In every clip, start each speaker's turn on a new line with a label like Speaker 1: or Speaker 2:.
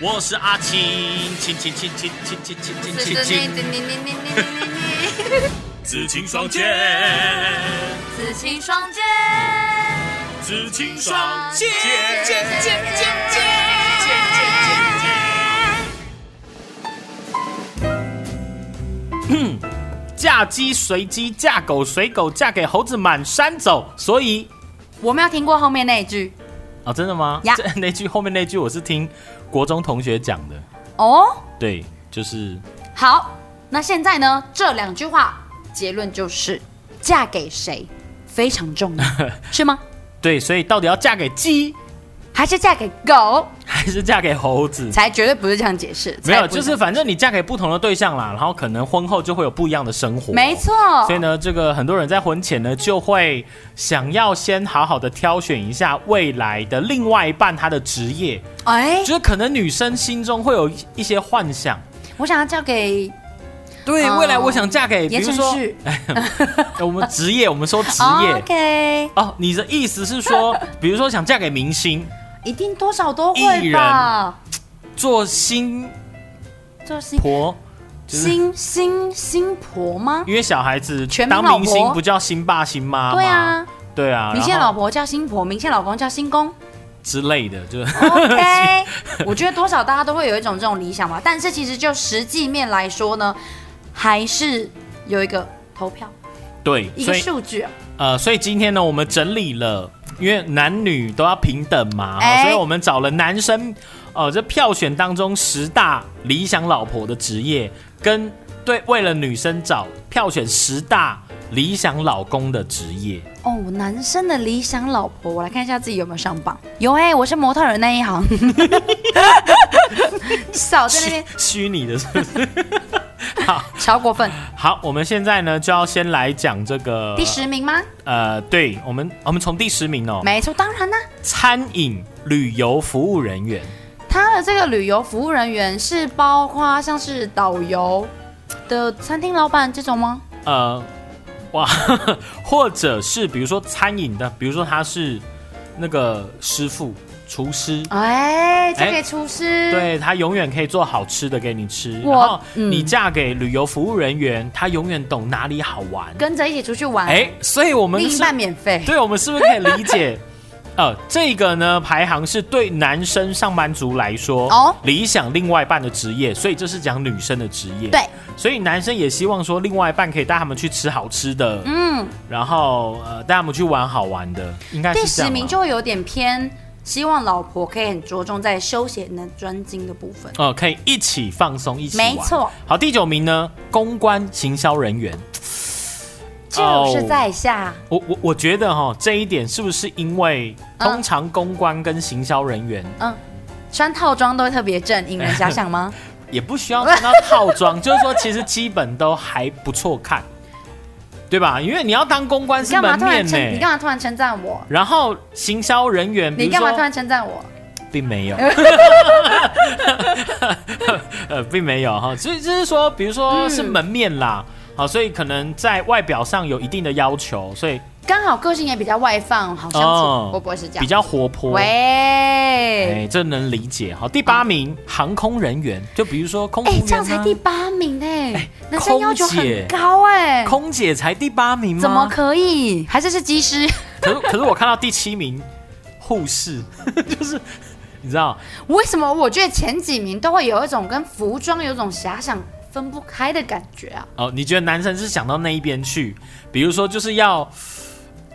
Speaker 1: 我是阿青，青青青青青青青青青青，紫青双剑，
Speaker 2: 紫青双剑，
Speaker 1: 紫青
Speaker 2: 双
Speaker 1: 剑剑剑
Speaker 2: 剑
Speaker 1: 剑剑剑剑。嫁鸡随鸡，嫁狗随狗，嫁给猴子满山走。所以，
Speaker 2: 我没有听过后面那一句
Speaker 1: 哦，真的吗？
Speaker 2: 呀
Speaker 1: 这那句后面那句我是听国中同学讲的，
Speaker 2: 哦。
Speaker 1: 对，就是
Speaker 2: 好，那现在呢？这两句话结论就是，嫁给谁非常重 要，是吗？
Speaker 1: 对，所以到底要嫁给鸡
Speaker 2: 还是嫁给狗
Speaker 1: 还是嫁给猴 子？
Speaker 2: 才绝对不是这样解释，
Speaker 1: 没有，
Speaker 2: 才不
Speaker 1: 就是反正你嫁给不同的对象啦，然后可能婚后就会有不一样的生活。
Speaker 2: 没。错。
Speaker 1: 所以呢，这个很多人在婚前呢，就会想要先好好的挑选一下未来的另外一半他的职业，
Speaker 2: 哎，
Speaker 1: 就是可能女生心中会有一些幻想，
Speaker 2: 我想要嫁给
Speaker 1: 对
Speaker 2: 哦
Speaker 1: 未来我想嫁给，比
Speaker 2: 言
Speaker 1: 如
Speaker 2: 承
Speaker 1: 说哎
Speaker 2: 旭。
Speaker 1: 我们职业，我们说职业
Speaker 2: OK，
Speaker 1: 哦，你的意思是 说，比如说想嫁给明星，
Speaker 2: 一定多少都
Speaker 1: 艺
Speaker 2: 会
Speaker 1: 人
Speaker 2: 吧？
Speaker 1: 做新
Speaker 2: 做新
Speaker 1: 婆，就是
Speaker 2: 新新新婆吗？
Speaker 1: 因为小孩子
Speaker 2: 全民
Speaker 1: 当
Speaker 2: 老
Speaker 1: 明星
Speaker 2: 婆
Speaker 1: 不叫新爸新妈吗？
Speaker 2: 对啊，
Speaker 1: 对啊，
Speaker 2: 你现在
Speaker 1: 然后
Speaker 2: 老婆叫新婆，明天老公叫新 公。
Speaker 1: 之类的，就是
Speaker 2: OK，我 觉得多少大家都会有一种这种理想吧，但是其实就实际面来说呢，还是有一个投票，
Speaker 1: 对，
Speaker 2: 一
Speaker 1: 所
Speaker 2: 个
Speaker 1: 以
Speaker 2: 数据啊。
Speaker 1: 呃，所以今天呢，我们整理了，因为男女都要平等嘛，
Speaker 2: 哎
Speaker 1: 所以我们找了男生，呃，这票选当中十大理想老婆的职业，跟对为了女生找票选十大理想老公的职业，
Speaker 2: 哦，男生的理想老婆，我来看一下自己有没有上榜。有哎、我是模特儿那 一行， 少在那
Speaker 1: 虚
Speaker 2: 边
Speaker 1: 虚拟的是不是？好
Speaker 2: 超过分。
Speaker 1: 好，我们现在呢就要先来讲这个
Speaker 2: 第，十名吗？
Speaker 1: 呃，对我们我们从第十名哦，
Speaker 2: 没错，当然啦、
Speaker 1: 餐饮旅游服务人员。
Speaker 2: 他的这个旅游服务人员是包括像是导游的餐厅老板这种吗？
Speaker 1: 呃，哇， 或者是比如说餐饮的，比如说他是那个师傅、厨师，
Speaker 2: 哎，这
Speaker 1: 哎
Speaker 2: 个厨师，，
Speaker 1: 对他永远可以做好吃的给你吃。然
Speaker 2: 我
Speaker 1: 后
Speaker 2: 嗯
Speaker 1: 你嫁给旅游服务人员，他永远懂哪里好玩。
Speaker 2: 跟着一起出去玩，
Speaker 1: 哎，所以我们
Speaker 2: 另一
Speaker 1: 是，
Speaker 2: 半免费。
Speaker 1: 对我们是不是可以理解？ 呃，这个呢排行是对男生上班族来说
Speaker 2: 哦
Speaker 1: 理想另外一半的职业，所以这是讲女生的职业。
Speaker 2: 对，
Speaker 1: 所以男生也希望说另外一半可以带他们去吃好吃的，
Speaker 2: 嗯，
Speaker 1: 然后呃带他们去玩好玩的，应该是
Speaker 2: 第
Speaker 1: 这
Speaker 2: 十
Speaker 1: 样啊
Speaker 2: 名
Speaker 1: 吧
Speaker 2: 就会有点偏，希望老婆可以很着重在休闲的专精的部分。
Speaker 1: 呃可以一起放松，一起玩
Speaker 2: 没。错，
Speaker 1: 好，第九名呢，公关行销人员，
Speaker 2: 就是在下，
Speaker 1: 我我我觉得哈这一点是不是因为
Speaker 2: 嗯
Speaker 1: 通常公关跟行销人员
Speaker 2: 嗯，穿套装都会特别正，引人遐想吗？
Speaker 1: 也不需要穿到套装，就是说其实基本都还不错看，对吧？因为你要当公关
Speaker 2: 你
Speaker 1: 是
Speaker 2: 干嘛
Speaker 1: 门
Speaker 2: 突然
Speaker 1: 面呢、
Speaker 2: 称？你干嘛突然称赞我？
Speaker 1: 然后行销人员，比
Speaker 2: 你
Speaker 1: 如
Speaker 2: 干嘛突
Speaker 1: 说
Speaker 2: 然称赞我？
Speaker 1: 并没 有，呃，并没有哈，所以就是说，比如说
Speaker 2: 嗯
Speaker 1: 是门面啦，好，所以可能在外表上有一定的要求，所以
Speaker 2: 刚好个性也比较外放，好相
Speaker 1: 哦
Speaker 2: 处，会不会是这样
Speaker 1: 比？较活泼。
Speaker 2: 喂，
Speaker 1: 哎，这能理解哈。第八名，航空人员，就比如说空服
Speaker 2: 嗯哎、
Speaker 1: 员、啊，
Speaker 2: 这样才第八名哎、男生
Speaker 1: 空
Speaker 2: 要求
Speaker 1: 姐
Speaker 2: 很高哎、
Speaker 1: 空姐才第八名吗？
Speaker 2: 怎么可以？还是是机师？
Speaker 1: 可是可是我看到第七名护士， 就是你知道，
Speaker 2: 为什么我觉得前几名都会有一种跟服装有种遐想分不开的感觉啊？
Speaker 1: 哦，你觉得男生是想到那一边去，比如说就是要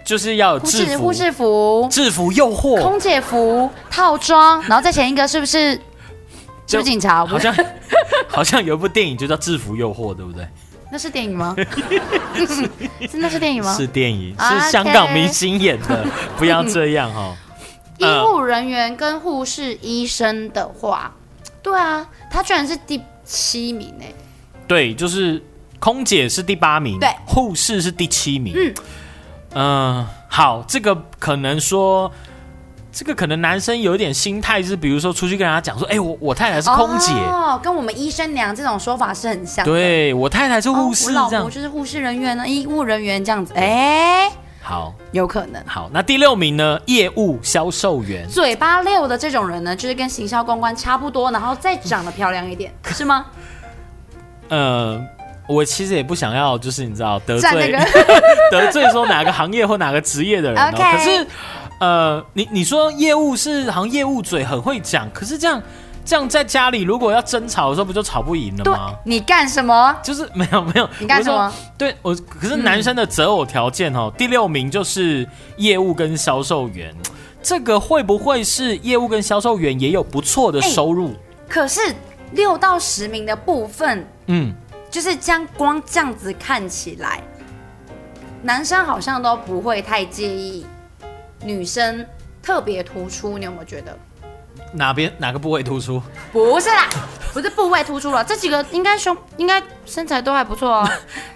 Speaker 1: 就是要有
Speaker 2: 护
Speaker 1: 制
Speaker 2: 士、
Speaker 1: 服，
Speaker 2: 护士服、
Speaker 1: 制服诱惑，
Speaker 2: 空姐服、套装，然后再前一个是不是？是
Speaker 1: 就
Speaker 2: 不是警察？不
Speaker 1: 好
Speaker 2: 是，
Speaker 1: 像 好像有一部电影就叫《制服诱惑》，对不对？
Speaker 2: 那是电影 吗？ 是那是电影吗？
Speaker 1: 是电影，
Speaker 2: 啊
Speaker 1: 是香港明星演 的，不要这样哈、哦。
Speaker 2: 医护人员跟护士、医生的话，对啊，他居然是第七名哎、
Speaker 1: 对，就是空姐是第八名，
Speaker 2: 对
Speaker 1: 护士是第七名。嗯，好，这个可能说。这个可能男生有一点心态是，比如说出去跟人家讲说，哎、我我太太是空姐，
Speaker 2: 哦，跟我们医生娘这种说法是很像的。
Speaker 1: 对我太太是
Speaker 2: 哦，
Speaker 1: 护士
Speaker 2: 我老
Speaker 1: 这样
Speaker 2: 婆，就是护士人员呢，医务人员这样子。哎、
Speaker 1: 好
Speaker 2: 有可能。
Speaker 1: 好，那第六名呢？业务销售员，
Speaker 2: 嘴巴溜的这种人呢，就是跟行销公关差不多，然后再长得漂亮一 点，是吗？
Speaker 1: 呃，我其实也不想要，就是你知道得
Speaker 2: 站那
Speaker 1: 罪
Speaker 2: 个
Speaker 1: 得罪说哪个行业或哪个职业的人、哦。
Speaker 2: OK
Speaker 1: 可是，呃，你你说业务是好像业务嘴很会讲，可是这样这样在家里如果要争吵的时候，不就吵不赢了
Speaker 2: 对
Speaker 1: 吗？，
Speaker 2: 你干什么？
Speaker 1: 就是没有没有，
Speaker 2: 你干什
Speaker 1: 我
Speaker 2: 么
Speaker 1: 是？说？对我，可是男生的择偶条件哦，第六名就是业务跟销售员。这个会不会是业务跟销售员也有不错的收入？
Speaker 2: 可是六到十名的部分，
Speaker 1: 嗯，
Speaker 2: 就是将光这样子看起来，男生好像都不会太介意女生特别突出，你有没有觉得？
Speaker 1: 哪边哪个部位突出？
Speaker 2: 不是啦，不是部位突出了，这几个应该胸应该身材都还 不错哦。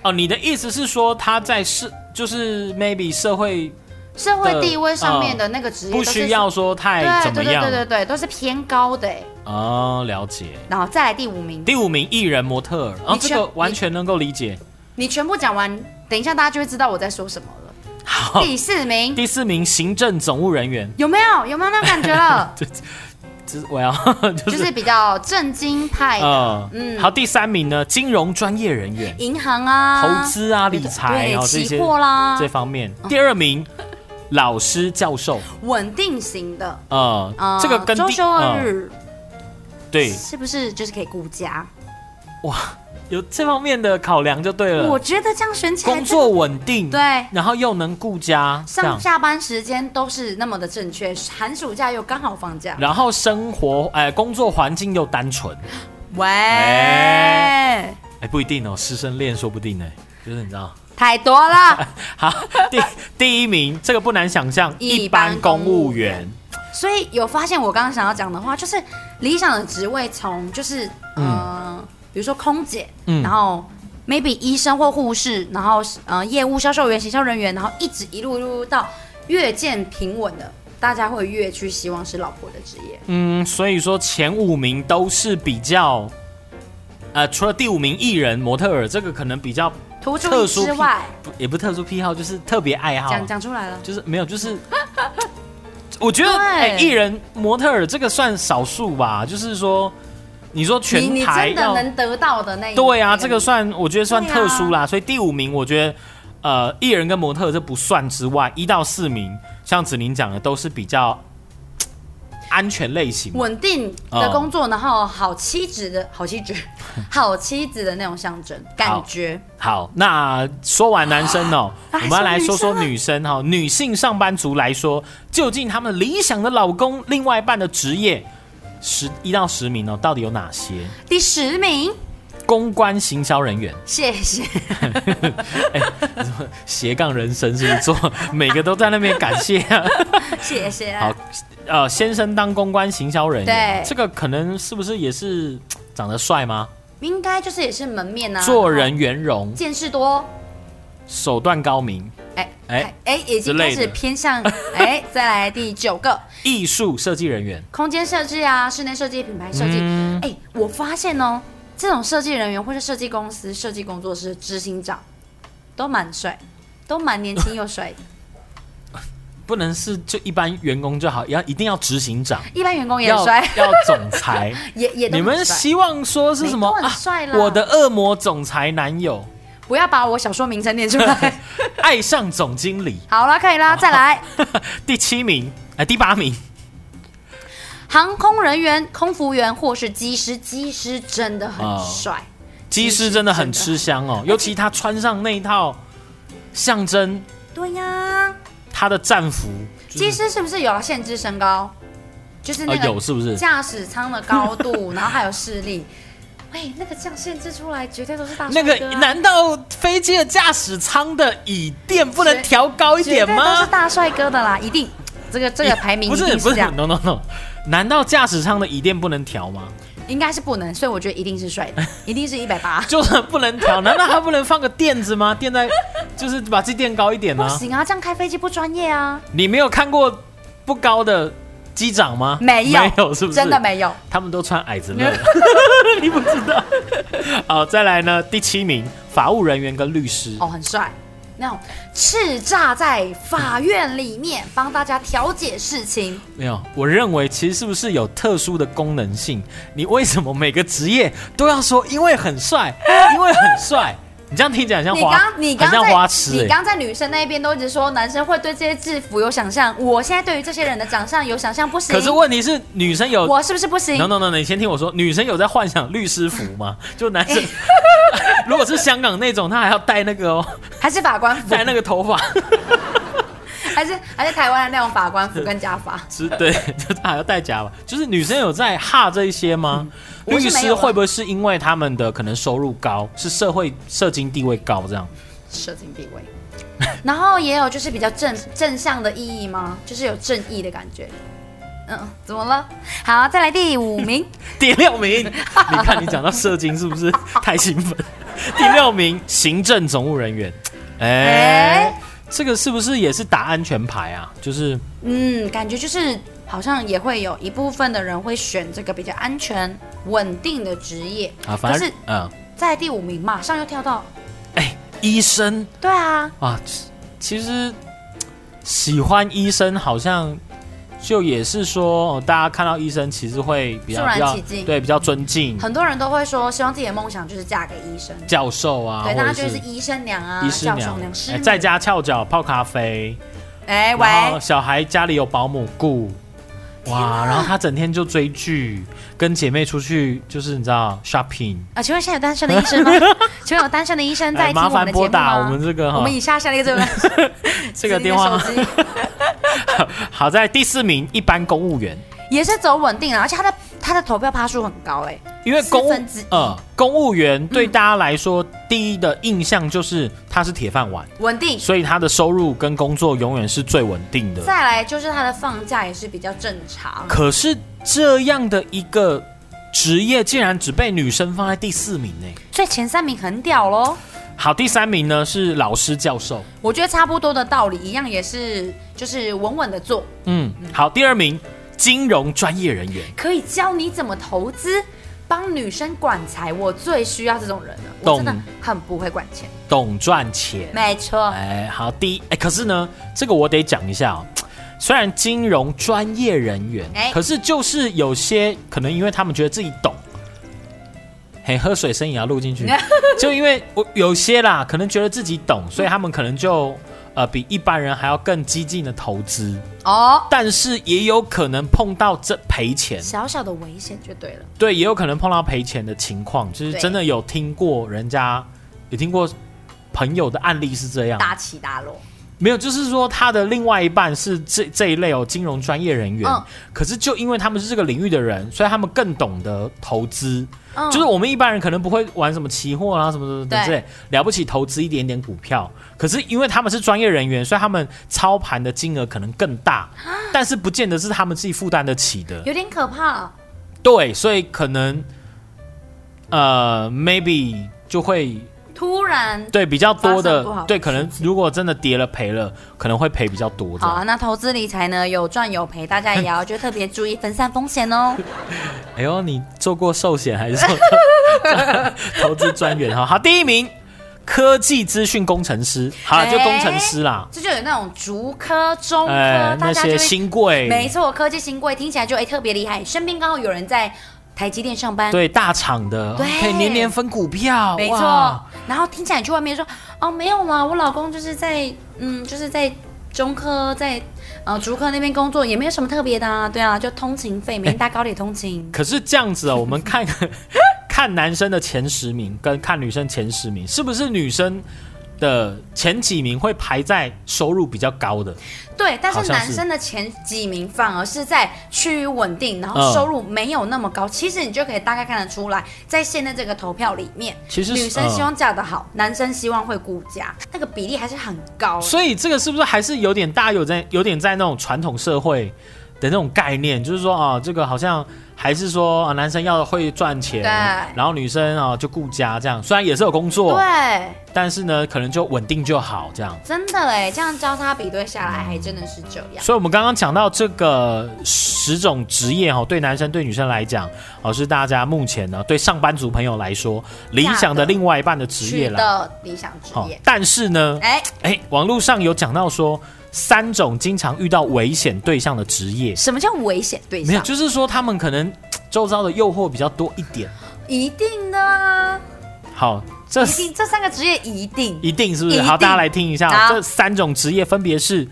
Speaker 1: 哦，你的意思是说他在社就是 maybe 社会
Speaker 2: 社会地位上面的那个职业
Speaker 1: 不
Speaker 2: 都是
Speaker 1: 需要说太
Speaker 2: 对
Speaker 1: 怎
Speaker 2: 对
Speaker 1: 么
Speaker 2: 对
Speaker 1: 样？
Speaker 2: 对对对，都是偏高的哎。
Speaker 1: 哦，了解。
Speaker 2: 然后再来第五名，
Speaker 1: 第五名艺人模特儿，哦
Speaker 2: 你，
Speaker 1: 这
Speaker 2: 全
Speaker 1: 个完全能够理解。
Speaker 2: 你全部讲完，等一下大家就会知道我在说什么了。
Speaker 1: 好，
Speaker 2: 第四名
Speaker 1: 第四名行政总务人员，
Speaker 2: 有没有有没有那种感觉 了？
Speaker 1: 这是我要就
Speaker 2: 就是是比较正经派的
Speaker 1: 嗯
Speaker 2: 嗯
Speaker 1: 好，第三名呢，金融专业人员，
Speaker 2: 银行啊、
Speaker 1: 投资啊、理
Speaker 2: 对
Speaker 1: 财啊
Speaker 2: 对
Speaker 1: 这些
Speaker 2: 期货哦啦
Speaker 1: 这，方面。第二名，老师教授，
Speaker 2: 稳定型的
Speaker 1: 呃
Speaker 2: 啊，，
Speaker 1: 这个跟
Speaker 2: 周
Speaker 1: 第
Speaker 2: 休二
Speaker 1: 嗯
Speaker 2: 日
Speaker 1: 对
Speaker 2: 是不是就是可以顾家？
Speaker 1: 有这方面的考量就对
Speaker 2: 我
Speaker 1: 了。
Speaker 2: 觉得这样选起来
Speaker 1: 工作稳定，
Speaker 2: 对。
Speaker 1: 然后又能顾家，这
Speaker 2: 上
Speaker 1: 样，
Speaker 2: 下班时间都是那么的正确，寒暑假又刚好放假。
Speaker 1: 然后生活哎、工作环境又单纯，
Speaker 2: 喂，
Speaker 1: 哎哎、不一定哦，师生恋说不定呢、就是你知道。
Speaker 2: 太多了，
Speaker 1: 好，第第一名这个不难想象，
Speaker 2: 一
Speaker 1: 一
Speaker 2: 般
Speaker 1: 般公
Speaker 2: 公务
Speaker 1: 务员，
Speaker 2: 所以有发现我刚刚想要讲的话，就是理想的职位从就是嗯、呃比如说空姐，
Speaker 1: 嗯
Speaker 2: 然后 maybe 医生或护士，然后呃业务销售员、行销人员，然后一直一路一路到越见平稳的，大家会越去希望是老婆的职业。
Speaker 1: 嗯，所以说前五名都是比较，呃，除了第五名艺人模特儿这个可能比较
Speaker 2: 突出
Speaker 1: 特
Speaker 2: 一
Speaker 1: 殊
Speaker 2: 之
Speaker 1: 癖
Speaker 2: 外，
Speaker 1: 不也不特殊癖好，就是特别爱好，
Speaker 2: 讲讲出来了，
Speaker 1: 就是没有，就是 我觉得
Speaker 2: 对
Speaker 1: 哎，艺、人模特儿这个算少数吧，就是说，你说
Speaker 2: 你
Speaker 1: 全
Speaker 2: 你
Speaker 1: 台
Speaker 2: 真的
Speaker 1: 要
Speaker 2: 能得到的那一
Speaker 1: 对啊，
Speaker 2: 那
Speaker 1: 这个算我觉得算
Speaker 2: 嗯对啊
Speaker 1: 特殊啦，所以第五名我觉得。呃，艺人跟模特儿这不算之外，一到四名，像子宁讲的都是比较安全类型嘛。
Speaker 2: 稳定的工作，然后好妻子的好妻子， 好妻子的那种象征感觉。
Speaker 1: 好，那说完男生哦，我
Speaker 2: 啊
Speaker 1: 们要来说说
Speaker 2: 还是啊
Speaker 1: 女生哈、女性上班族来说，究竟她们理想的老公、另外一半的职业，十一到十名哦，到底有哪些？
Speaker 2: 第十名，
Speaker 1: 公关行销人员，
Speaker 2: 谢 谢。
Speaker 1: 斜杠人生是不是做？ 每个都在那边感谢、啊。
Speaker 2: 谢谢。
Speaker 1: 好，呃，先生当公关行销人员，
Speaker 2: 对
Speaker 1: 这个可能是不是也是长得帅吗？
Speaker 2: 应该就是也是门面啊，
Speaker 1: 做
Speaker 2: 然
Speaker 1: 人圆融
Speaker 2: 后，见识多。
Speaker 1: 手段高明，
Speaker 2: 哎
Speaker 1: 哎
Speaker 2: 哎哎，已
Speaker 1: 之
Speaker 2: 经开
Speaker 1: 类的
Speaker 2: 始 偏向哎，再来第九个，
Speaker 1: 艺术设计人员，
Speaker 2: 空间设计啊，室内设计、品牌设计。
Speaker 1: 嗯
Speaker 2: 哎，我发现哦，这种设计人员或是设计公司、设计工作室执行长，都蛮帅，都蛮年轻 又帅的。
Speaker 1: 不能是就一般员工就好，要一定要执行长。
Speaker 2: 一般员工也
Speaker 1: 要
Speaker 2: 很帅，
Speaker 1: 要总裁。
Speaker 2: 也 也都
Speaker 1: 你们
Speaker 2: 很帅
Speaker 1: 希望说是什么
Speaker 2: 每个都
Speaker 1: 啊
Speaker 2: 很帅啦？
Speaker 1: 我的恶魔总裁男友
Speaker 2: 不要把我小说名称念 出来。
Speaker 1: 爱上总经理，
Speaker 2: 好了，可以啦，再来。
Speaker 1: 第七名，哎、第八名，
Speaker 2: 航空人员、空服员或是机师，机师真的很帅。
Speaker 1: 啊机师真的很吃香哦，尤其他穿上那一套象征
Speaker 2: 对呀，
Speaker 1: 他的战服，就是
Speaker 2: 机师是不是有要限制身高？就是那
Speaker 1: 呃有
Speaker 2: 个
Speaker 1: 是不是？
Speaker 2: 驾驶舱的高度， 然后还有视力。喂，那个这样限制出来，绝对都是大
Speaker 1: 那
Speaker 2: 帅哥
Speaker 1: 个
Speaker 2: 啊、
Speaker 1: 难道飞机的驾驶舱的椅垫不能
Speaker 2: 绝
Speaker 1: 调高一
Speaker 2: 绝
Speaker 1: 点
Speaker 2: 对都是
Speaker 1: 吗？
Speaker 2: 大帅哥的啦，一定。这个这个排名
Speaker 1: 不
Speaker 2: 一
Speaker 1: 是
Speaker 2: 定
Speaker 1: 不
Speaker 2: 这
Speaker 1: 是
Speaker 2: 样，
Speaker 1: ，no no no，难道驾驶舱的椅垫不能调吗？
Speaker 2: 应该是不能，所以我觉得一定是帅的，一定是一百八。
Speaker 1: 就是不能调，难道他不能放个垫子吗？垫在，就是把自己垫高一点
Speaker 2: 不
Speaker 1: 吗？
Speaker 2: 行啊，这样开飞机不专业啊。
Speaker 1: 你没有看过不高的机长吗？
Speaker 2: 没有，
Speaker 1: 没有，是不是？
Speaker 2: 真的，没有。
Speaker 1: 他们都穿矮子 乐，你不知道。好，再来呢，第七名，法务人员跟律师，
Speaker 2: 哦，很帅，那种叱咤在法院里面帮大家调解事情。
Speaker 1: 没有，我认为其实是不是有特殊的功能性？你为什么每个职业都要说因为很 帅，因为很帅？你这样听起来很像
Speaker 2: 你
Speaker 1: 花，
Speaker 2: 刚你刚
Speaker 1: 很像
Speaker 2: 在
Speaker 1: 花痴、
Speaker 2: 你
Speaker 1: 欸。
Speaker 2: 刚在女生那一边都一直说男生会对这些制服有想象，我现在对于这些人的长相有想象不行。
Speaker 1: 可是问题是，女生有
Speaker 2: 我是不是不行
Speaker 1: no？no no，no，你先听我说，女生有在幻想律师服 吗？就男生，
Speaker 2: 哎
Speaker 1: 如果是香港那种，他还要戴那个 哦，
Speaker 2: 还是法官服
Speaker 1: 戴？那个头 发，
Speaker 2: 还是还是台湾的那种法官服跟假发？
Speaker 1: 是对，就他还要戴假发。就是女生有在哈这一些吗？
Speaker 2: 我是
Speaker 1: 律
Speaker 2: 没
Speaker 1: 师
Speaker 2: 有啊
Speaker 1: 会不会是因为他们的可能收入高，是社会社经地位高这样？
Speaker 2: 社经地 位。然后也有就是比较正正向的意义吗？就是有正义的感觉。嗯，怎么了？好，再来第五名，
Speaker 1: 第六 名，你看你讲到社经是不是太兴奋？第六名，行政总务人员，哎、
Speaker 2: 哎
Speaker 1: 这个是不是也是打安全牌啊？就是
Speaker 2: 嗯，感觉就是好像也会有一部分的人会选这个比较安全稳定的职业。
Speaker 1: 啊，
Speaker 2: 可
Speaker 1: 反正
Speaker 2: 是
Speaker 1: 嗯，
Speaker 2: 在第五名马上又跳到，
Speaker 1: 哎、医生
Speaker 2: 对啊，
Speaker 1: 啊，其实喜欢医生好像。就也是说，哦大家看到医生其实会比较
Speaker 2: 肃然
Speaker 1: 比较
Speaker 2: 起敬
Speaker 1: 对比较尊敬
Speaker 2: 很多人都会说希望自己的梦想就是嫁给医生，
Speaker 1: 教授啊，
Speaker 2: 对，
Speaker 1: 或
Speaker 2: 大家
Speaker 1: 者
Speaker 2: 就是是医生娘啊、
Speaker 1: 医师
Speaker 2: 教授
Speaker 1: 娘
Speaker 2: 娘、师
Speaker 1: 哎
Speaker 2: 母，
Speaker 1: 在家翘脚泡咖啡，
Speaker 2: 哎、
Speaker 1: 然后
Speaker 2: 喂，
Speaker 1: 小孩家里有保姆雇，哇，然后他整天就追剧，跟姐妹出去就是你知道 shopping。
Speaker 2: 啊，请问现在有单身的医 生吗？请问有单身的医生在
Speaker 1: 哎
Speaker 2: 听
Speaker 1: 麻
Speaker 2: 我们
Speaker 1: 烦
Speaker 2: 的节目
Speaker 1: 拨打我
Speaker 2: 吗
Speaker 1: 们？这个
Speaker 2: 我
Speaker 1: 哈
Speaker 2: 们以下下列这个
Speaker 1: 这个电话
Speaker 2: 手。机
Speaker 1: 好在第四名，一般公务员，
Speaker 2: 也是走稳定的，啊而且他的他的投票趴数很高哎、
Speaker 1: 因为公务
Speaker 2: 四分之一
Speaker 1: 呃公务员对大家来说第一的印象就是他是铁饭碗，
Speaker 2: 稳定。
Speaker 1: 所以他的收入跟工作永远是最稳定的。
Speaker 2: 再来就是他的放假也是比较正常，
Speaker 1: 可是这样的一个职业，竟然只被女生放在第四名呢、
Speaker 2: 所以前三名很屌咯。
Speaker 1: 好，第三名呢是老师教授。
Speaker 2: 我觉得差不多的道理一样，也是就是稳稳的做，
Speaker 1: 嗯，好，第二名，金融专业人员。
Speaker 2: 可以教你怎么投资，帮女生管财，我最需要这种人了。我真的
Speaker 1: 懂
Speaker 2: 很不会管钱，
Speaker 1: 懂赚钱。
Speaker 2: 没错，
Speaker 1: 哎，好，第一，哎，可是呢，这个我得讲一下哦。虽然金融专业人员，
Speaker 2: 哎
Speaker 1: 可是就是有些可能因为他们觉得自己懂，嘿，喝水声也要录进去，就因为我有些啦，可能觉得自己懂，所以他们可能就呃比一般人还要更激进的投资，
Speaker 2: 哦，
Speaker 1: 但是也有可能碰到这赔钱，
Speaker 2: 小小的危险就对了。
Speaker 1: 对，也有可能碰到赔钱的情况，就是
Speaker 2: 对
Speaker 1: 真的有听过人家有听过朋友的案例是这样，
Speaker 2: 大起大落，
Speaker 1: 没有，就是说他的另外一半是这这一类哦，金融专业人员，
Speaker 2: 嗯
Speaker 1: 可是就因为他们是这个领域的人，所以他们更懂得投资，
Speaker 2: 嗯，
Speaker 1: 就是我们一般人可能不会玩什么期货啊，什么什么什么之类
Speaker 2: 对，
Speaker 1: 了不起投资一点点股票。可是因为他们是专业人员，所以他们操盘的金额可能更大，
Speaker 2: 啊
Speaker 1: 但是不见得是他们自己负担得起的。
Speaker 2: 有点可怕了。
Speaker 1: 对，所以可能呃，maybe 就会
Speaker 2: 突然，
Speaker 1: 对比较多
Speaker 2: 发生不
Speaker 1: 的
Speaker 2: 好的
Speaker 1: 对，可能如果真的跌了赔了，可能会赔比较多这
Speaker 2: 好、
Speaker 1: 样。
Speaker 2: 啊，那投资理财呢，有赚有赔，大家也要就特别注意分散风险 哦。
Speaker 1: 哎呦，你做过寿险还是 做投资专员哈？好，第一名。科技资讯工程师，好了，就工程师啦。
Speaker 2: 这就有那种竹科、中科，
Speaker 1: 哎，
Speaker 2: 大
Speaker 1: 那
Speaker 2: 家就
Speaker 1: 些
Speaker 2: 会
Speaker 1: 新贵，
Speaker 2: 没错，科技新贵听起来就哎、特别厉害。身边刚好有人在台积电上班，
Speaker 1: 对大厂的，哦
Speaker 2: 对
Speaker 1: 可以年年分股票，
Speaker 2: 没
Speaker 1: 哇
Speaker 2: 错。然后听起来你去外面说哦没有嘛，我老公就是在嗯就是在中科在呃竹科那边工作，也没有什么特别的啊，对啊，就通勤费，每天搭高铁通勤。
Speaker 1: 可是这样子啊，我们看 看男生的前十名跟看女生前十名，是不是女生的前几名会排在收入比较高的？
Speaker 2: 对，但
Speaker 1: 好
Speaker 2: 是
Speaker 1: 像
Speaker 2: 男
Speaker 1: 是
Speaker 2: 生的前几名反而是在趋于稳定，
Speaker 1: 嗯
Speaker 2: 然后收入没有那么高。其实你就可以大概看得出来，在现在这个投票里面，
Speaker 1: 其实
Speaker 2: 女生
Speaker 1: 嗯
Speaker 2: 希、望嫁得好，男生希望会顾家，那个比例还是很高。
Speaker 1: 嗯所以这个是不是还是有点大家有在有点在那种传统社会的那种概念，就是说啊，这个好像还是说、呃男生要会赚钱，
Speaker 2: 对
Speaker 1: 然后女生啊、就顾家这样，虽然也是有工作，
Speaker 2: 对，
Speaker 1: 但是呢，可能就稳定就好这样。
Speaker 2: 真的哎，这样交叉比对下来，还真的是这样。
Speaker 1: 所以，我们刚刚讲到这个十种职业哦，对男生对女生来讲，哦是大家目前呢对上班族朋友来说理想的另外一半的职业
Speaker 2: 去
Speaker 1: 啦。
Speaker 2: 的理想职
Speaker 1: 好
Speaker 2: 业，，
Speaker 1: 但是呢，
Speaker 2: 哎，
Speaker 1: 哎，网络上有讲到说三种经常遇到危险对象的职业，
Speaker 2: 什么叫危险对
Speaker 1: 没有，
Speaker 2: 象？
Speaker 1: 就是说他们可能周遭的诱惑比较多一点。
Speaker 2: 一定的啊，
Speaker 1: 好，这
Speaker 2: 一定这三个职业一定
Speaker 1: 一定是不
Speaker 2: 一
Speaker 1: 是？
Speaker 2: 定
Speaker 1: 好，大家来听一下，
Speaker 2: 好
Speaker 1: 这三种职业分别是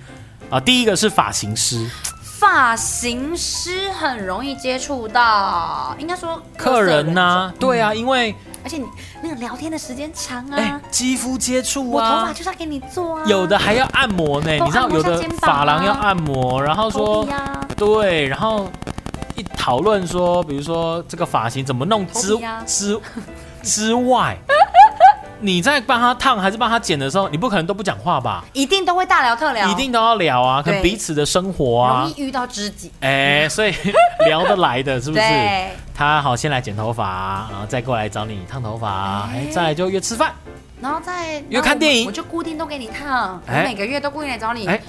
Speaker 1: 啊，第一个是发型师，
Speaker 2: 发型师很容易接触到，应该说
Speaker 1: 客人
Speaker 2: 呐、
Speaker 1: 呐、对
Speaker 2: 嗯
Speaker 1: 啊，因为
Speaker 2: 而且你那个聊天的时间长啊，
Speaker 1: 哎肌肤接触
Speaker 2: 我头
Speaker 1: 啊
Speaker 2: 发，就是要给你做啊，
Speaker 1: 有的还要按摩呢，
Speaker 2: 头
Speaker 1: 你知道
Speaker 2: 按摩
Speaker 1: 有
Speaker 2: 一下
Speaker 1: 的
Speaker 2: 肩膀啊
Speaker 1: 发廊要按摩，然后
Speaker 2: 头
Speaker 1: 说
Speaker 2: 皮啊，
Speaker 1: 对，然后一讨论说，比如说这个发型怎么弄之
Speaker 2: 头皮啊
Speaker 1: 之之 外，你在帮他烫还是帮他剪的时候，你不可能都不讲话吧？
Speaker 2: 一定都会大聊特聊，
Speaker 1: 一定都要聊啊，可能
Speaker 2: 对
Speaker 1: 彼此的生活啊
Speaker 2: 容，易遇到知己，
Speaker 1: 哎、所以聊得来的是不是？
Speaker 2: 对，
Speaker 1: 他好，先来剪头发，然后再过来找你烫头发，哎、
Speaker 2: 哎
Speaker 1: 再来就约吃饭，
Speaker 2: 然后再
Speaker 1: 因为看电影
Speaker 2: 我就固定都给你烫，我
Speaker 1: 哎
Speaker 2: 每个月都固定来找你
Speaker 1: 哎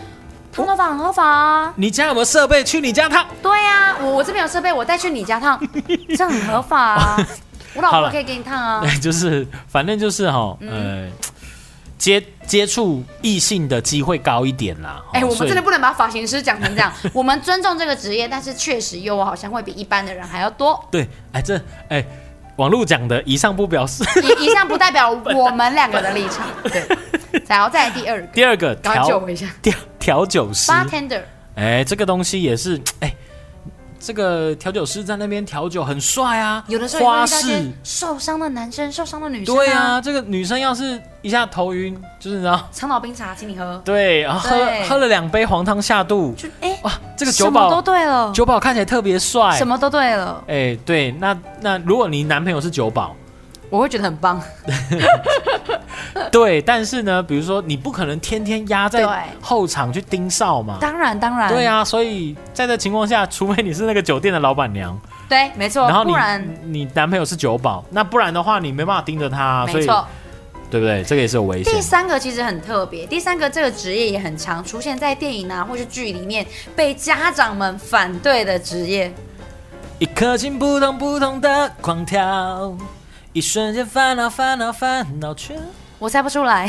Speaker 2: 烫头发、很合法啊。
Speaker 1: 你家有没有设备？去你家烫。
Speaker 2: 对呀、我我这边有设备，我再去你 家烫，这很合法啊。我老
Speaker 1: 哦好
Speaker 2: 婆
Speaker 1: 了哦
Speaker 2: 可以给你烫啊
Speaker 1: 对，， 就是反正就是哈，
Speaker 2: 嗯
Speaker 1: 呃，接接触异性的机会高一点啦。哦
Speaker 2: 哎、
Speaker 1: 齁
Speaker 2: 我们
Speaker 1: 所以
Speaker 2: 真的不能把发型师讲成 这样。我们尊重这个职业，但是确实诱惑好像会比一般的人还要多。
Speaker 1: 对，哎，这哎，网络讲的以上不表示。
Speaker 2: 以以上不代表我们两个的立 场。对，然后再来第二个，
Speaker 1: 第二个
Speaker 2: 然后救
Speaker 1: 调
Speaker 2: 我一下
Speaker 1: 调调酒师，
Speaker 2: ，bartender
Speaker 1: 哎，这个东西也是哎。这个调酒师在那边调酒很帅啊，
Speaker 2: 有的时候也
Speaker 1: 花
Speaker 2: 会遇到一些啊
Speaker 1: 式，
Speaker 2: 受伤的男生、受伤的女生、
Speaker 1: 对啊，，这个女生要是一下头晕，就是你知道，
Speaker 2: 长岛冰茶请你喝，
Speaker 1: 对，然后喝
Speaker 2: 对
Speaker 1: 喝了两杯黄汤下肚，
Speaker 2: 就哎、
Speaker 1: 哇，这个
Speaker 2: 什
Speaker 1: 酒
Speaker 2: 么都
Speaker 1: 保
Speaker 2: 对了，
Speaker 1: 酒保看起来特别帅
Speaker 2: 什，么都对了，
Speaker 1: 哎，对，那那如果你男朋友是酒 保，
Speaker 2: 我会觉得很棒。
Speaker 1: 对，但是呢，比如说你不可能天天压在
Speaker 2: 对
Speaker 1: 后场去盯哨嘛，
Speaker 2: 当然，当然，
Speaker 1: 对，啊，所以在这情况下，除非你是那个酒店的老板娘，
Speaker 2: 对，没错
Speaker 1: 然后，你
Speaker 2: 不然。
Speaker 1: 你男朋友是酒保，那不然的话你没办法盯着他，啊所
Speaker 2: 没
Speaker 1: 以
Speaker 2: 错，
Speaker 1: 对不对？这个也是有危险
Speaker 2: 第。三个其实很特别，第三个这个职业也很常出现在电影啊或是剧里面被家长们反对的职业，
Speaker 1: 一颗心扑通扑通的狂跳，一瞬间烦恼烦恼烦恼全。
Speaker 2: 我猜不出 来。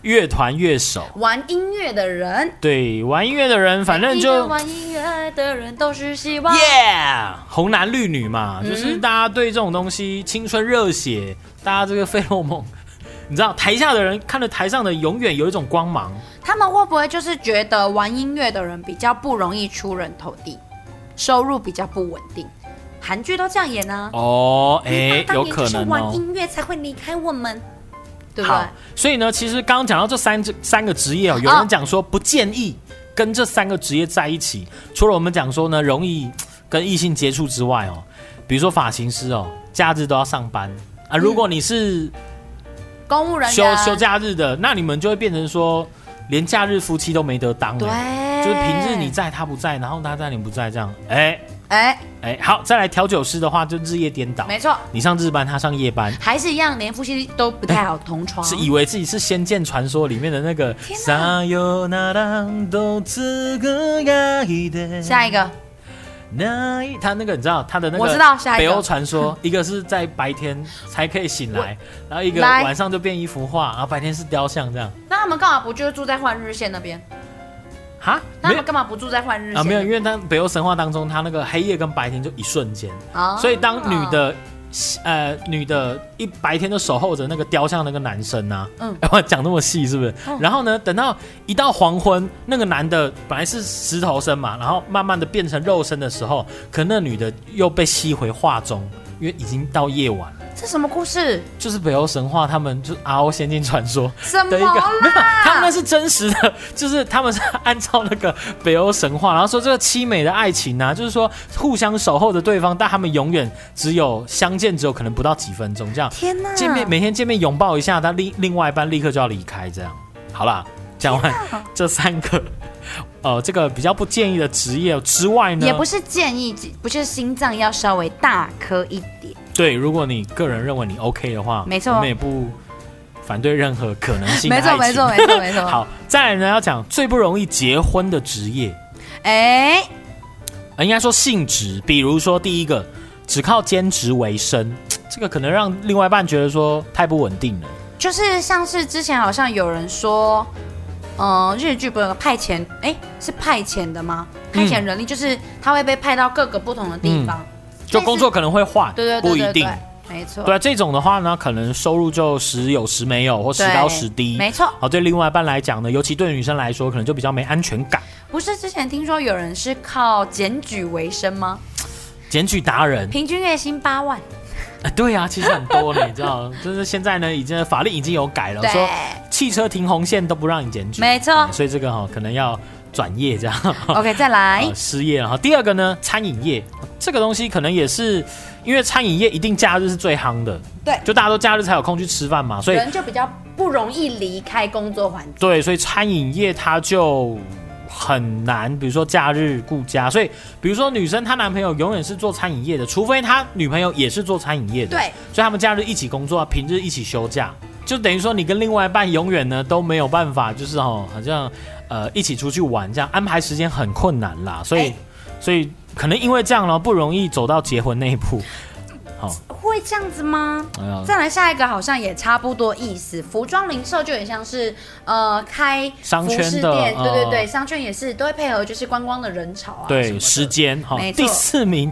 Speaker 1: 乐团乐手，
Speaker 2: 玩音乐的人，
Speaker 1: 对，玩音乐的人，反正
Speaker 2: 一个
Speaker 1: 就
Speaker 2: 玩音乐的人都是希望。
Speaker 1: Yeah，红男绿女嘛，
Speaker 2: 嗯
Speaker 1: 就是大家对这种东西青春热血，大家这个费洛蒙， 你知道台下的人看着台上的永远有一种光芒，
Speaker 2: 他们会不会就是觉得玩音乐的人比较不容易出人头地，收入比较不稳定？韩剧都这样演啊。
Speaker 1: 哦，
Speaker 2: 你
Speaker 1: 哎、
Speaker 2: 爸当
Speaker 1: 有
Speaker 2: 年
Speaker 1: 可
Speaker 2: 就是
Speaker 1: 能
Speaker 2: 玩
Speaker 1: 哦。
Speaker 2: 音乐才会离开我们，对不对
Speaker 1: 好？，所以呢，其实刚刚讲到这三这三个职业哦，有人讲说不建议跟这三个职业在一起，除了我们讲说呢，容易跟异性接触之外哦，比如说发型师哦，假日都要上班啊，如
Speaker 2: 嗯
Speaker 1: 果你是
Speaker 2: 公务人
Speaker 1: 休
Speaker 2: 员
Speaker 1: 休假日的，那你们就会变成说，连假日夫妻都没得当
Speaker 2: 对
Speaker 1: 了，，就是平日你在他不在，然后他在你不在这样，哎
Speaker 2: 哎，
Speaker 1: 哎，好，再来调酒师的话就日夜颠倒，
Speaker 2: 没错，
Speaker 1: 你上日班，他上夜班。
Speaker 2: 还是一样，连夫妻都不太好同床。
Speaker 1: 是以为自己是《仙剑传说》里面的那个
Speaker 2: 哦天
Speaker 1: 撒哟那朗都这个爱的
Speaker 2: 下一个，
Speaker 1: 那一他那个你知道他的那个
Speaker 2: 我知道下一
Speaker 1: 北
Speaker 2: 个
Speaker 1: 欧传 说，一个是在白天才可以醒来，然后一个
Speaker 2: 来
Speaker 1: 晚上就变一幅画，然后白天是雕像这样。
Speaker 2: 那他们干嘛不就是住在换日线那边？
Speaker 1: 哈，没
Speaker 2: 那他
Speaker 1: 有
Speaker 2: 们干嘛不住在换日线？
Speaker 1: 啊，没有，因为他北欧神话当中，他那个黑夜跟白天就一瞬间，
Speaker 2: 啊
Speaker 1: 所以当女，的，呃，女的一白天就守候着那个雕像那个男生啊，嗯
Speaker 2: 嗯，
Speaker 1: 我讲那么细是不是？
Speaker 2: 嗯
Speaker 1: 然后呢，等到一到黄昏，那个男的本来是石头身嘛，然后慢慢的变成肉身的时候，可那女的又被吸回画中，因为已经到夜晚了。
Speaker 2: 这什么故事？
Speaker 1: 就是北欧神话，他们就是啊 RO 仙境传说，
Speaker 2: 什么
Speaker 1: 的一个， 没有，
Speaker 2: 啦？
Speaker 1: 他们那是真实的，就是他们是按照那个北欧神话，然后说这个凄美的爱情啊，就是说互相守候着对方，但他们永远只有相见，只有可能不到几分钟这样，
Speaker 2: 天哪！
Speaker 1: 见面每天见面拥抱一下， 但另另外一半立刻就要离开这样。好啦，讲完这三个，呃这个比较不建议的职业之外呢，
Speaker 2: 也不是建议，不是心脏要稍微大颗一点。
Speaker 1: 对，如果你个人认为你 OK 的话，
Speaker 2: 没错
Speaker 1: 我们也不反对任何可能性的
Speaker 2: 没错，
Speaker 1: 爱
Speaker 2: 没
Speaker 1: 情
Speaker 2: 错，没错，没 错。，
Speaker 1: 好，再来呢要讲最不容易结婚的职业，
Speaker 2: 哎，
Speaker 1: 呃应该说性质，比如说第一个，只靠兼职为生，这个可能让另外一半觉得说太不稳定了。
Speaker 2: 就是像是之前好像有人说，嗯、日剧不是有个派遣，哎，是派遣的吗？
Speaker 1: 嗯
Speaker 2: 派遣人力就是他会被派到各个不同的地方，
Speaker 1: 就工作可能会换，
Speaker 2: 对对对
Speaker 1: 不
Speaker 2: 对
Speaker 1: 一定。
Speaker 2: 对没错，
Speaker 1: 对啊，这种的话呢，可能收入就时有时没有，或时
Speaker 2: 对
Speaker 1: 高时低。
Speaker 2: 没错。
Speaker 1: 好，对另外一半来讲呢，尤其对女生来说，可能就比较没安全感。
Speaker 2: 不是之前听说有人是靠检举为生吗？
Speaker 1: 检举达 人，
Speaker 2: 平均月薪八万，
Speaker 1: 哎对啊，其实很多呢，你知道， 就是现在呢，已经法律已经有改了，
Speaker 2: 对
Speaker 1: 说汽车停红线都不让你检举，
Speaker 2: 没错
Speaker 1: 嗯所以这个哈、可能要转业这样。
Speaker 2: ，OK，再来
Speaker 1: 呃，，失业了哈。第二个呢，餐饮业这个东西可能也是因为餐饮业一定假日是最夯的，
Speaker 2: 对
Speaker 1: 就大家都假日才有空去吃饭嘛，所以
Speaker 2: 人就比较不容易离开工作环境。
Speaker 1: 对，所以餐饮业它就很难，比如说假日顾家，所以比如说女生她男朋友永远是做餐饮业的，除非她女朋友也是做餐饮业的，
Speaker 2: 对，
Speaker 1: 所以他们假日一起工作，平日一起休假。就等于说，你跟另外一半永远呢都没有办法，就是哦，好像呃一起出去玩这样安排时间很困难啦，所以、
Speaker 2: 哎
Speaker 1: 所以可能因为这样呢，不容易走到结婚那一步。好、
Speaker 2: 会这样子吗？
Speaker 1: 哎呀
Speaker 2: 再来下一个好像也差不多意思，服装零售就很像是呃开
Speaker 1: 商
Speaker 2: 服
Speaker 1: 圈
Speaker 2: 饰
Speaker 1: 的
Speaker 2: 店，对对
Speaker 1: 呃
Speaker 2: 对，商圈也是都会配合就是观光的人潮啊，什么
Speaker 1: 对，
Speaker 2: 的
Speaker 1: 时间哈、
Speaker 2: 没错
Speaker 1: 第四名，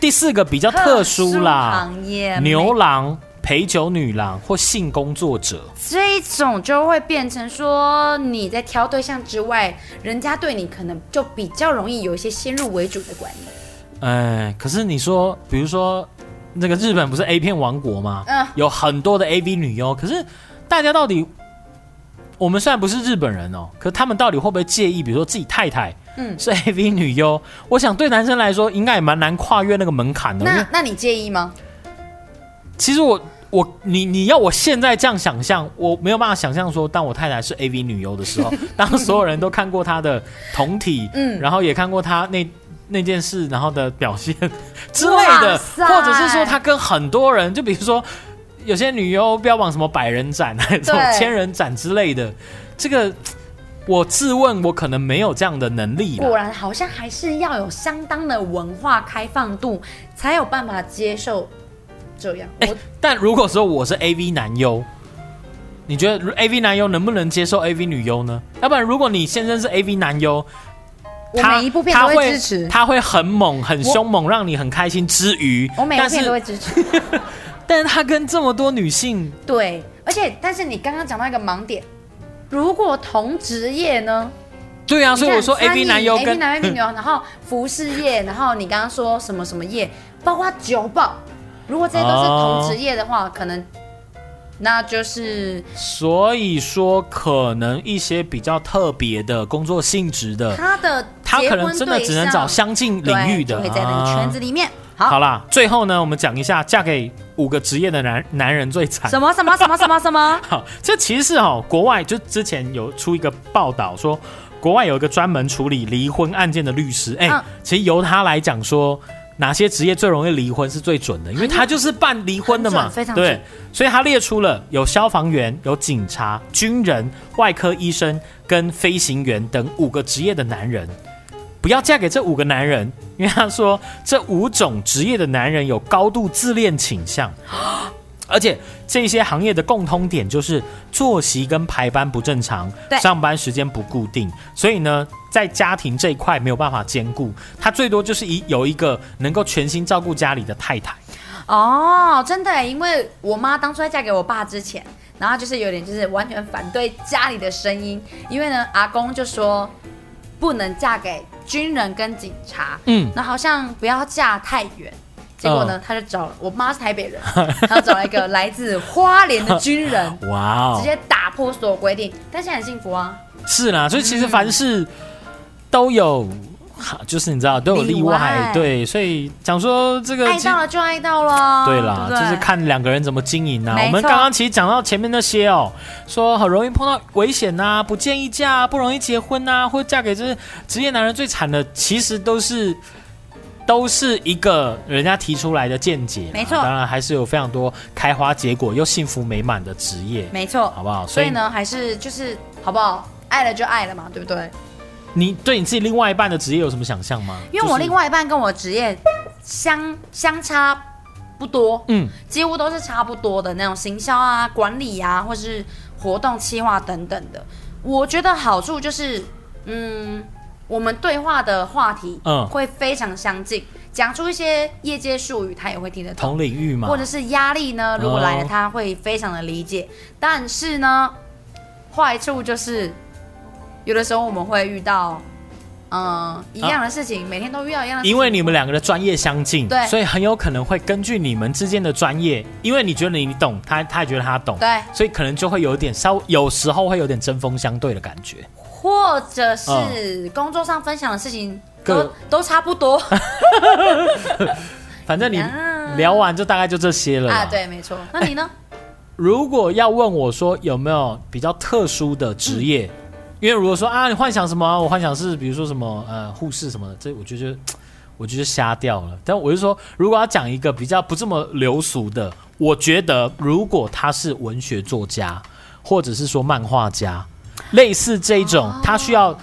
Speaker 1: 第四个比较特殊啦，
Speaker 2: 行业
Speaker 1: 牛郎、陪酒女郎或性工作者。
Speaker 2: 这一种就会变成说你在挑对象之外，人家对你可能就比较容易有一些先入为主的观
Speaker 1: 嗯
Speaker 2: 念。
Speaker 1: 哎，可是你说，比如说那个日本不是 A 片王国吗？
Speaker 2: 嗯
Speaker 1: 有很多的 AV 女优，可是大家到底，我们虽然不是日本人哦，可他们到底会不会介意？比如说自己太太，
Speaker 2: 嗯
Speaker 1: 是 AV 女优，我想对男生来说应该也蛮难跨越那个门槛的。因为
Speaker 2: 那那你介意吗？
Speaker 1: 其实我我你你要我现在这样想象，我没有办法想象说，当我太太是 AV 女优的时 候，当所有人都看过她的同体，
Speaker 2: 嗯
Speaker 1: 然后也看过她那那件事，然后的表 现之类的
Speaker 2: 哇，塞
Speaker 1: 或者是说她跟很多人，就比如说有些女优标榜什么百人斩、这种
Speaker 2: 对
Speaker 1: 千人斩之类的，这个我自问我可能没有这样的能力啦
Speaker 2: 果然好像还是要有相当的文化开放度，才有办法接受这样。
Speaker 1: 哎
Speaker 2: 我
Speaker 1: 但如果说我是 AV 男优，你觉得 AV 男优能不能接受 AV 女优呢？要不然，如果你先生是 AV 男优，
Speaker 2: 我
Speaker 1: 他
Speaker 2: 每一部片
Speaker 1: 他
Speaker 2: 都
Speaker 1: 会
Speaker 2: 支持，
Speaker 1: 他会很猛、很凶猛，让你很开心之余，
Speaker 2: 我每一部
Speaker 1: 但
Speaker 2: 片都会
Speaker 1: 是
Speaker 2: 支 持。
Speaker 1: 但是他跟这么多女性，
Speaker 2: 对，而且但是你刚刚讲到一个盲点，如果同职业呢？
Speaker 1: 对啊，所以我说
Speaker 2: 你看餐
Speaker 1: AV
Speaker 2: 饮
Speaker 1: 男优
Speaker 2: AV
Speaker 1: 跟
Speaker 2: 男优跟女优，然后服饰业，然后你刚刚说什么什么业，包括酒保，如果这些都是
Speaker 1: 哦
Speaker 2: 同职业的话，可能那就是
Speaker 1: 所以说可能一些比较特别的工作性质的，
Speaker 2: 他的
Speaker 1: 呃他
Speaker 2: 结
Speaker 1: 可
Speaker 2: 婚
Speaker 1: 能真的只能找
Speaker 2: 对象
Speaker 1: 相近领域的
Speaker 2: 对就会在那个
Speaker 1: 啊
Speaker 2: 圈子里面。好，
Speaker 1: 好啦，最后呢，我们讲一下嫁给五个职业的男男人最惨。
Speaker 2: 什么什么什么什么什么，
Speaker 1: 好，这其实是哦，国外就之前有出一个报道说，国外有一个专门处理离婚案件的律师，哎、
Speaker 2: 嗯
Speaker 1: 其实由他来讲说。哪些职业最容易离婚是最准的？因为他就是办离婚的嘛，
Speaker 2: 嗯很准非常
Speaker 1: 对
Speaker 2: 准，
Speaker 1: 所以他列出了有消防员、有警察、军人、外科医生跟飞行员等五个职业的男人。不要嫁给这五个男人，因为他说这五种职业的男人有高度自恋倾向，而且这些行业的共通点就是作息跟排班不正常，
Speaker 2: 对
Speaker 1: 上班时间不固定，所以呢，在家庭这一块没有办法兼顾，他最多就是一有一个能够全心照顾家里的太太。
Speaker 2: 哦，真的耶，因为我妈当初在嫁给我爸之前，然后就是有点就是完全反对家里的声音，因为呢，阿公就说不能嫁给军人跟警察，
Speaker 1: 嗯，
Speaker 2: 那好像不要嫁太远。结果呢，他就找了我妈是台 北人，他就找了一个来自花莲的军人，
Speaker 1: 哇
Speaker 2: 直接打破所有规定，但现在很幸福啊。
Speaker 1: 是啦，所以其实凡事都有哈就是你知道都有例
Speaker 2: 例外
Speaker 1: 对，所以讲说这个
Speaker 2: 爱
Speaker 1: 基
Speaker 2: 到了就爱到了，
Speaker 1: 对啦，
Speaker 2: 啊不对
Speaker 1: 就是看两个人怎么经营啊。
Speaker 2: 没错
Speaker 1: 我们刚刚其实讲到前面那些哦，说很容易碰到危险呐、不建议嫁、啊，不容易结婚呐、或嫁给就是职业男人最惨的，其实都是都是一个人家提出来的见解啦。啊
Speaker 2: 没错
Speaker 1: 当然还是有非常多开花结果又幸福美满的职业，
Speaker 2: 没错。
Speaker 1: 好不好？
Speaker 2: 所以呢，还是就是好不好？爱了就爱了嘛，对不对？
Speaker 1: 你，你对你自己另外一半的职业有什么想象吗？
Speaker 2: 因为我
Speaker 1: 就是
Speaker 2: 另外一半跟我职业相相差不多，
Speaker 1: 嗯，
Speaker 2: 几乎都是差不多的那种行销啊、管理啊，或是活动企划等等的。我觉得好处就是，嗯，我们对话的话题，
Speaker 1: 嗯
Speaker 2: 会非常相近，讲出一些业界术语，他也会听得懂。
Speaker 1: 同领域嘛
Speaker 2: 或，者是压力
Speaker 1: 哦
Speaker 2: 呢，如果来了，他会非常的理解。但是呢，坏处就是有的时候我们会遇到，嗯、一样的事情，每天都遇到一样的事情。
Speaker 1: 啊因为你们两个的专业相近，
Speaker 2: 对
Speaker 1: 所以很有可能会根据你们之间的专业，因为你觉得你懂，他他也觉得他懂，
Speaker 2: 对，
Speaker 1: 所以可能就会有点稍，有时候会有点针锋相对的感觉。
Speaker 2: 或者是工作上分享的事情都、
Speaker 1: 嗯各
Speaker 2: 都差不多
Speaker 1: 反正你
Speaker 2: 啊
Speaker 1: 聊完就大概就这些了啦
Speaker 2: 啊，。对，没错。那你呢？
Speaker 1: 如果要问我说有没有比较特殊的职业，因为如果说啊，你幻想什么啊？我幻想是比如说什么呃护士什么的，这我觉得就我觉得瞎掉了。但我就说，如果要讲一个比较不这么流俗的，我觉得如果他是文学作家，或者是说漫画家，类似这种，他需要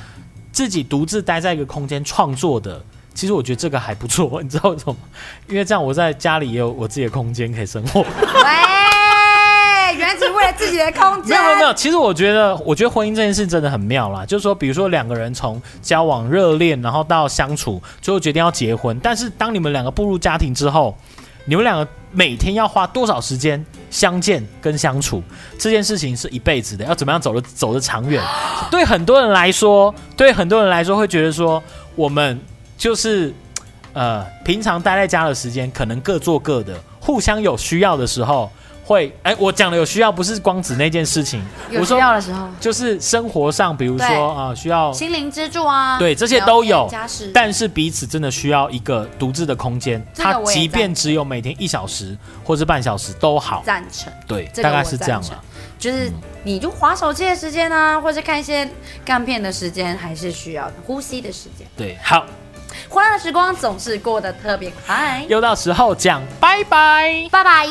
Speaker 1: 自己独自待在一个空间创作的。其实我觉得这个还不错，你知道为什么吗？因为这样我在家里也有我自己的空间可以生活。
Speaker 2: 喂，原来只是为了自己的空
Speaker 1: 没
Speaker 2: 间
Speaker 1: 有没有没有，其实我觉得，我觉得婚姻这件事真的很妙啦。就是说，比如说两个人从交往、热恋，然后到相处，最后决定要结婚。但是当你们两个步入家庭之后，你们两个每天要花多少时间相见跟相处，这件事情是一辈子的。要怎么样走得走得长远？对很多人来说，对很多人来说会觉得说，我们就是呃，平常待在家的时间可能各做各的，互相有需要的时候会，哎，我讲的有需要不是光指那件事情，
Speaker 2: 有
Speaker 1: 我
Speaker 2: 需
Speaker 1: 说
Speaker 2: 要的时候，
Speaker 1: 就是生活上，比如说
Speaker 2: 对
Speaker 1: 啊、需要，
Speaker 2: 心灵支柱啊，
Speaker 1: 对这些都有
Speaker 2: 聊天家事，
Speaker 1: 但是彼此真的需要一个独自的空间，
Speaker 2: 这个
Speaker 1: 它
Speaker 2: 我也
Speaker 1: 即
Speaker 2: 赞
Speaker 1: 便只有每天一小时或是半小时都好，
Speaker 2: 赞成。
Speaker 1: 对，
Speaker 2: 这个
Speaker 1: 大概
Speaker 2: 我
Speaker 1: 是这
Speaker 2: 赞
Speaker 1: 样
Speaker 2: 成
Speaker 1: 了。
Speaker 2: 就是你就划手机的时间啊，或者看一些干片的时间，还是需要的。呼吸的时间，
Speaker 1: 对，好，
Speaker 2: 欢乐的时光总是过得特别快。
Speaker 1: 又到时候讲，拜拜。
Speaker 2: 拜拜。